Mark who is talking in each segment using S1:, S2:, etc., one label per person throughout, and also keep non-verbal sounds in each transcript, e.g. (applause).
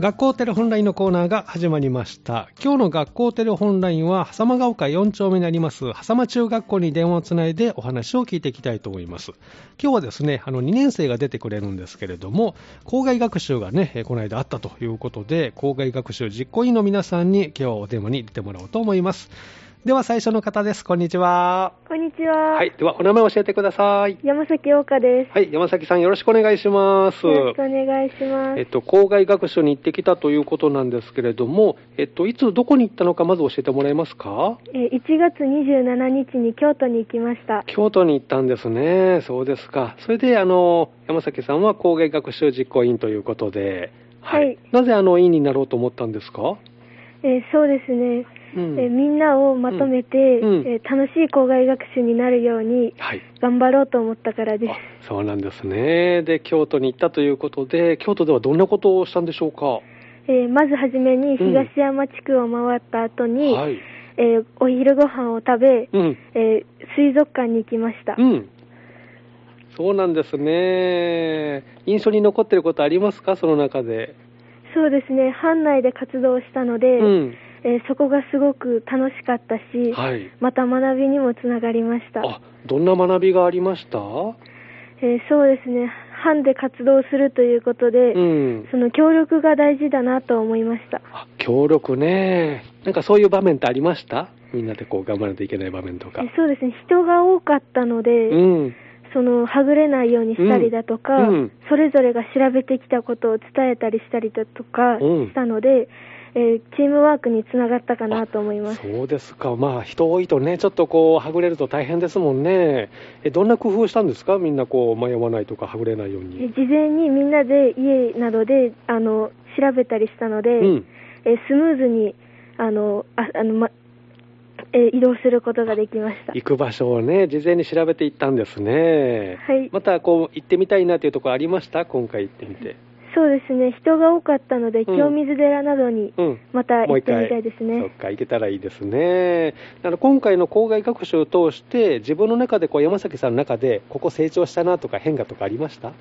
S1: 学校テレホンラインのコーナーが始まりました。今日の学校テレホンラインは、狭間が丘4丁目にあります、狭間中学校に電話をつないでお話を聞いていきたいと思います。今日はですね、あの2年生が出てくれるんですけれども、校外学習がね、えーこの間あったということで、校外学習実行委員の皆さんに今日はお電話に出てもらおうと思います。では最初の方です。こんにちは。
S2: こんにちは。
S1: はい。では、お名前教えてください。
S2: 山崎陽香です。
S1: はい。山崎さん、よろしくお願いします。
S2: よろしくお願いします。
S1: えっと、校外学習に行ってきたということなんですけれども、えっと、いつどこに行ったのか、まず教えてもらえますか
S2: えー1月27日に京都に行きました。
S1: 京都に行ったんですね。そうですか。それで、あの、山崎さんは校外学習実行委員ということで、
S2: はい
S1: なぜあの委員になろうと思ったんですか
S2: えーそうですね、
S1: うん
S2: えーみんなをまとめて、
S1: うんうん
S2: えー楽しい校外学習になるように
S1: はい。
S2: 頑張ろうと思ったからです
S1: あ。そうなんですね。で、京都に行ったということで、京都ではどんなことをしたんでしょうか
S2: えーまずはじめに
S1: うん
S2: 東山地区を回った後に、
S1: はい。
S2: えーお昼ご飯を食べ、
S1: うん。
S2: えー水族館に行きました。
S1: うん。そうなんですね。印象に残ってることありますかその中で。
S2: そうですね、班内で活動したので、
S1: うん。
S2: えーそこがすごく楽しかったし、
S1: はい。
S2: また学びにもつながりました、
S1: あ、どんな学びがありました
S2: えーそうですね班で活動するということで、
S1: うん。
S2: その協力が大事だなと思いました
S1: あ、協力ね。なんかそういう場面ってありましたみんなでこう頑張らないといけない場面とか
S2: え。そうですね人が多かったので、
S1: うん。
S2: そのはぐれないようにしたりだとか、
S1: うんうん
S2: それぞれが調べてきたことを伝えたりしたりだとか
S1: うん
S2: したので、えーチームワークにつながったかなと思います
S1: そうですか。まあ人多いとね、ちょっとこうはぐれると大変ですもんね。え、どんな工夫したんですかみんなこう迷わないとかはぐれないよう
S2: え
S1: に。
S2: 事前にみんなで家などであの調べたりしたので、
S1: うん。
S2: えースムーズにあのああの、まえー移動することができました
S1: 行く場所をね、事前に調べていったんですね。
S2: はい
S1: またこう行ってみたいなというところありました今回行ってみて。
S2: そうですね人が多かったので
S1: うん
S2: 清水寺などに
S1: うん。
S2: また
S1: もう
S2: 行っ
S1: 一
S2: て
S1: 回
S2: みたいですね、
S1: そっか、行けたらいいですね。だから今回の校外学習を通して、自分の中でこう山崎さんの中で、ここ成長したなとか変化とかありました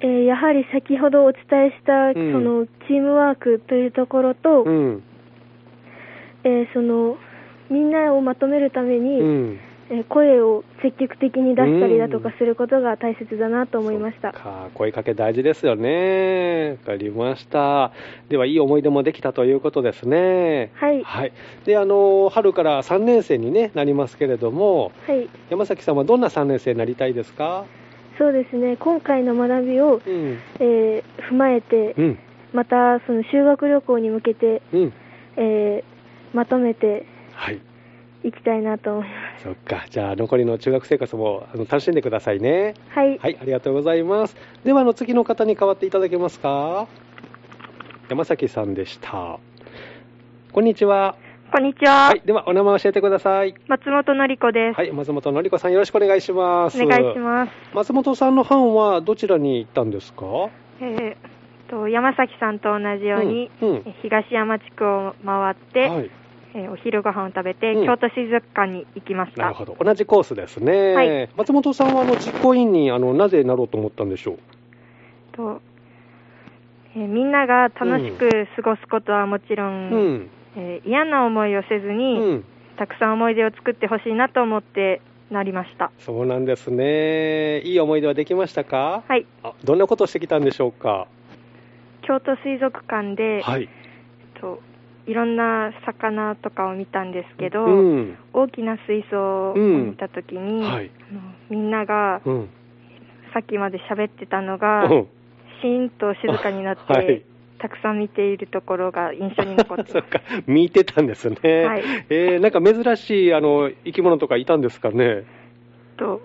S2: えーやはり先ほどお伝えした、
S1: ん
S2: そのチームワークというところと、
S1: うん。
S2: えーそのみんなをまとめるため
S1: う
S2: に、
S1: ん。
S2: えー声を積極的に出したりだとか
S1: うん
S2: することが大切だなと思いまし
S1: そ
S2: た
S1: っ、か声かけ大事ですよね。わかりました。では、いい思い出もできたということですね。
S2: はい
S1: はい。で、あの、春から3年生に、ね、なりますけれども、
S2: はい
S1: 山崎さんはどんな3年生になりたいですか
S2: そうですね今回の学びを、
S1: うん。
S2: えー踏まえて、
S1: うん。
S2: またその修学旅行に向けて、
S1: うん。
S2: えーまとめて
S1: はい。
S2: いきたいなと思いま
S1: そっか。じゃあ、残りの中学生活もあの楽しんでくださいね。
S2: すはい、
S1: はい、ありがとうございます。では、あの次の方に代わっていただけますか。山崎さんでした。こんにちは。
S2: こんにちは、
S1: はい、ではお名前教えてください。
S2: 松本のり子です、
S1: はい、松本のりこさんよろしくお願いします。
S2: お願いします、
S1: 松本さんの班はどちらに行ったんですか。
S2: えーっと山崎さんと同じように、
S1: うんうん
S2: えー東山地区を回って、
S1: はい、
S2: えーお昼ご飯を食べて、
S1: うん
S2: 京都水族館に行きまし
S1: な
S2: た
S1: るほど。同じコースですね。
S2: はい
S1: 松本さんはあの実行委員にあのなぜなろうと思ったんでしょう。
S2: と、えーみんなが楽しく過ごすことはもちろ、
S1: うんん。
S2: えー嫌な思いをせず
S1: う
S2: に、
S1: ん。
S2: たくさん思い出を作ってほしいなと思ってなりました
S1: そうなんですね。いい思い出はできましたか。
S2: はい
S1: あ、どんなことをしてきたんでしょうか。
S2: 京都水族館で、
S1: はい。
S2: えっといろんな魚とかを見たんですけど、
S1: うん。
S2: 大きな水槽を見た時に、
S1: はい。
S2: あのみんなが
S1: うん。
S2: さっきまで喋ってたのが、
S1: うん
S2: シーンと静かになって、
S1: はい
S2: たくさん見ているところが印象に残っ
S1: (laughs)
S2: て
S1: そ
S2: ま
S1: っ
S2: す
S1: か、見てたんですね。
S2: はい
S1: えーなんか珍しいあの生き物とかいたんですかね。
S2: と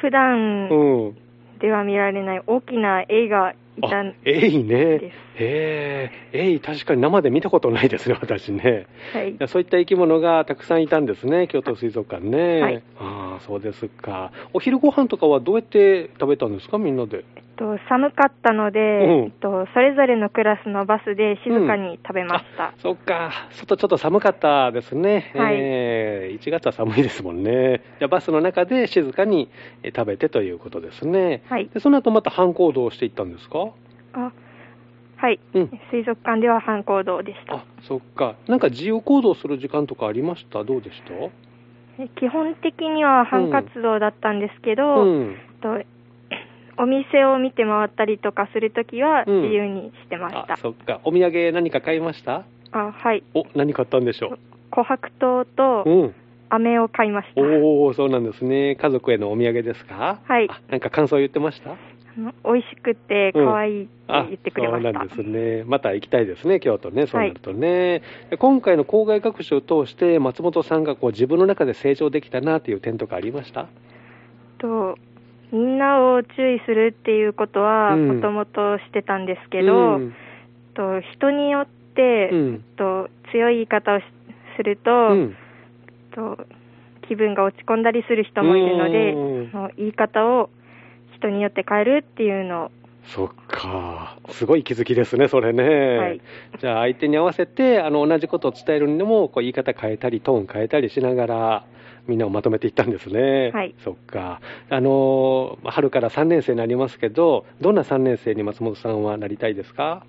S2: 普
S1: う
S2: 段
S1: ん。
S2: では見られない大きなエイがいたん
S1: あ、エイね
S2: です。
S1: へえ、エイ確かに生で見たことないですね、私ね。
S2: はい
S1: いやそういった生き物がたくさんいたんですね、京都水族館ね。
S2: はい
S1: ああ、そうですか。お昼ご飯とかはどうやって食べたんですか、みんなで。
S2: えっと寒かったので、
S1: うん
S2: えっとそれぞれのクラスのバスで静かに食べました
S1: あ、そっか、外ちょっと寒かったですね、
S2: はい
S1: えー1月は寒いですもんね、じゃあバスの中で静かにえー食べてということですね、
S2: はい
S1: でその後また反行動をしていったんですか、
S2: あ
S3: はい、
S1: うん
S3: 水族館では半行動でした
S1: あそっか、なんか自由行動する時間とかありました、どうでした
S3: え基本的には半活動だったんですけど、
S1: うん、
S3: とお店を見て回ったりとかするときは
S1: うん
S3: 自由にしてました
S1: あ、そっか、お土産何か買いました
S3: あはい
S1: お何買ったんでしょ
S3: 琥珀糖と
S1: う、うん、
S3: 飴を買いました
S1: おお、そうなんですね、家族へのお土産ですか、
S3: はい
S1: あなんか感想言ってました
S3: あの美味しくて可愛いって言ってくれました、
S1: あそうなんですね。また行きたいですね、京都ね、そうなるとね。で今回の校外学習を通して、松本さんがこう自分の中で成長できたなっていう点とかありました
S3: とみんなを注意するっていうことは
S1: うん
S3: もともとしてたんですけど、
S1: うん
S3: と人によって、
S1: うん
S3: と強い言い方をしすると,、
S1: うん
S3: と気分が落ち込んだりする人もいるので、
S1: うん
S3: その言い方を人によって変えるっていうのを
S1: そっか、すごい気づきですね、それね。
S3: はい
S1: じゃあ、相手に合わせて、あの同じことを伝えるにも、こう言い方変えたり、トーン変えたりしながら、みんなをまとめていったんですね。
S3: はい
S1: そっか、あのー春から3年生になりますけど、どんな3年生に松本さんはなりたいですか、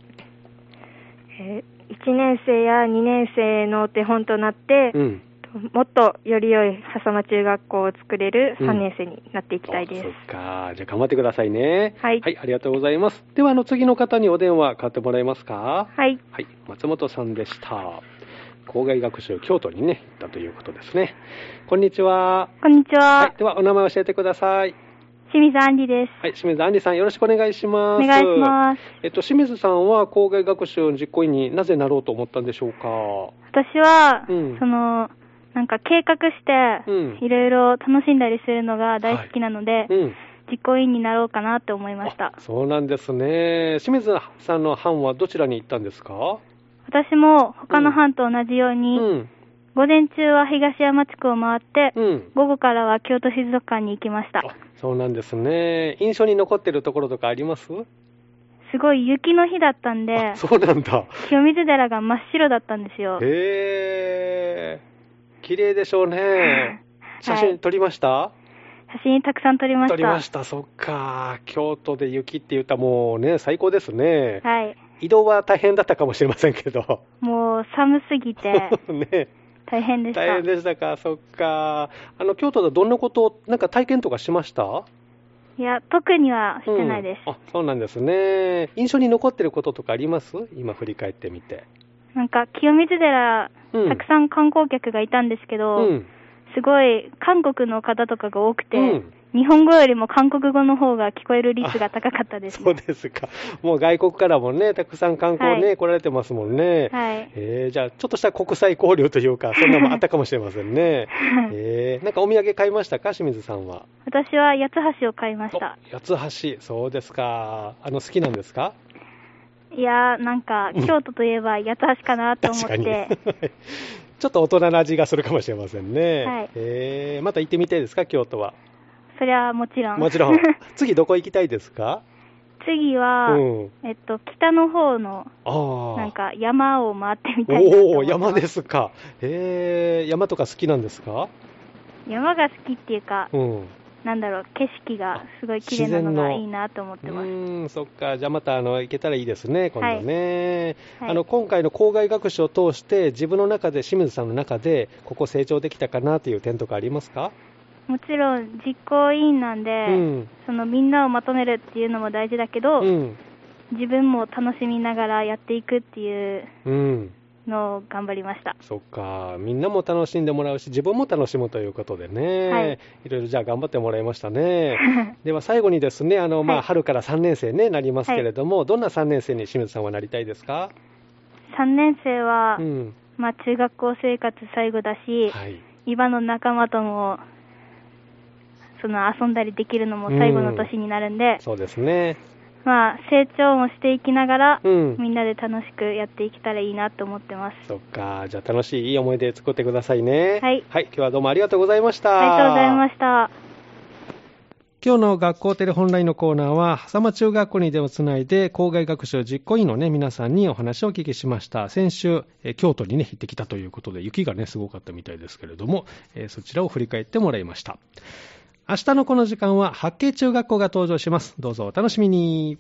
S3: え1年生や2年生のお手本となって、
S1: うん、
S3: ともっとより良い笠間中学校を作れる3年生になっていきたいです、
S1: あそっか、じゃあ頑張ってくださいね。
S3: はい
S1: ありがとうございます。では、あの次の方にお電話買ってもらえますか。
S3: はい
S1: はい、松本さんでした。校外学習京都にね、行ったということですね。こんにちは。
S2: こんにちは、
S1: はい、ではお名前教えてください。
S2: 清水杏里です。
S1: はい、清水杏里さん、よろしくお願いし
S2: お
S1: ます。
S2: 願いします。
S1: えっと、清水さんは校外学習の実行委員になぜなろうと思ったんでしょうか。
S2: 私は、
S1: うん
S2: その、なんか計画して、
S1: うん
S2: いろいろ楽しんだりするのが大好きなので、
S1: うん。
S2: 実行委員になろうかなって思いました
S1: あ。そうなんですね。清水さんの班はどちらに行ったんですか。
S2: 私も他の班と同じよう
S1: う
S2: に、
S1: ん。
S2: 午前中は東山地区を回って、
S1: うん。
S2: 午後からは京都水族館に行きました。
S1: あそうなんですね。印象に残ってるところとかあります。
S2: すごい雪の日だったんで
S1: あ、そうなんだ。
S2: 清水寺が真っ白だったんですよ。
S1: へえ。綺麗でしょうね。写
S2: は
S1: 真
S2: い
S1: 撮りました。
S2: 写真たくさん撮りました。
S1: 撮りました、そっか、京都で雪って言ったらもうね、最高ですね、
S2: はい。
S1: 移動は大変だったかもしれませんけど、
S2: もう寒すぎて
S1: (laughs) ね、
S2: 大変でした。
S1: 大変でしたか、そっか、あの京都でどんなこと、なんか体験とかしました
S2: いや、特にはしてないです。
S1: うんあそうなんですね、印象に残ってることとかあります今、振り返ってみて。
S2: なんか清水寺、
S1: うん
S2: たくさん観光客がいたんですけど、
S1: うん
S2: すごい韓国の方とかが多くて、
S1: うん
S2: 日本語よりも韓国語の方が聞こえる率が高かったです、
S1: そうですか、もう外国からもね、たくさん観光ね、
S2: はい
S1: 来られてますもんね。
S2: はい。
S1: えーじゃあ、ちょっとした国際交流というか、そんなのもあったかもしれませんね。えーなんかお土産買いましたか、清水さんは。
S2: (laughs) 私は八つ橋を買いました。
S1: お八つ橋、そうですか。あの、好きなんですか
S2: いやー、なんか
S1: うん
S2: 京都といえば八つ橋かなと思
S1: (laughs) 確か
S2: っ
S1: に。
S2: て、
S1: ちょっと大人の味がするかもしれませんね。
S2: はい
S1: えーまた行ってみたいですか、京都は。
S2: そりゃもちろん。。
S1: もちろん次、どこ行きたいですか
S2: (laughs) 次は、
S1: うん
S2: えっと、北の方の、
S1: ああ。
S2: なんか山を回ってみたいなと
S1: お
S2: 思
S1: お、
S2: ってます
S1: 山ですか。えー山とか好きなんですか
S2: 山が好きっていうか、
S1: うん。
S2: なんだろう、景色がすごい綺麗なの
S1: 自然
S2: が
S1: の
S2: いいなと思ってま
S1: う
S2: す。
S1: ーん、そっか。じゃあまた、あの、行けたらいいですね、今度ね。
S2: はい
S1: あの、今回の校外学習を通して、自分の中で、清水さんの中で、ここ成長できたかなという点とかありますか、
S2: もちろん実行委員なんで、
S1: うん。
S2: そのみんなをまとめるっていうのも大事だけど、
S1: うん。
S2: 自分も楽しみながらやっていくっていう
S1: うん。
S2: のを頑張りました。
S1: そっか。みんなも楽しんでもらうし、自分も楽しむということでね。
S2: はい、
S1: ろいろじゃあ頑張ってもらいましたね。
S2: (laughs)
S1: では最後にですね、あの、まあ、
S2: はい
S1: 春から3年生ね、なりますけれども、どんな3年生に清水さんはなりたいですか
S2: 3年生は、
S1: うん。
S2: まあ中学校生活最後だし、
S1: はい。
S2: 今の仲間とも、その遊んだりできるのも最後の年になるんで、
S1: そうですね。
S2: まあ成長もしていきながら、
S1: うん
S2: みんなで楽しくやっていけたらいいなと思ってます。
S1: そっか。じゃあ楽しいいい思い出作ってくださいね。
S2: はい
S1: はい。今日はどうもありがとうございました。
S2: ありがとうございました。
S1: 今日の学校テレホンラインのコーナーは、狭間中学校に電話をつないで、校外学習実行委員のね、皆さんにお話をお聞きしました。先週、えー京都にね、行ってきたということで、雪がね、すごかったみたいですけれども、えーそちらを振り返ってもらいました。明日のこの時間は、八景中学校が登場します。どうぞお楽しみに。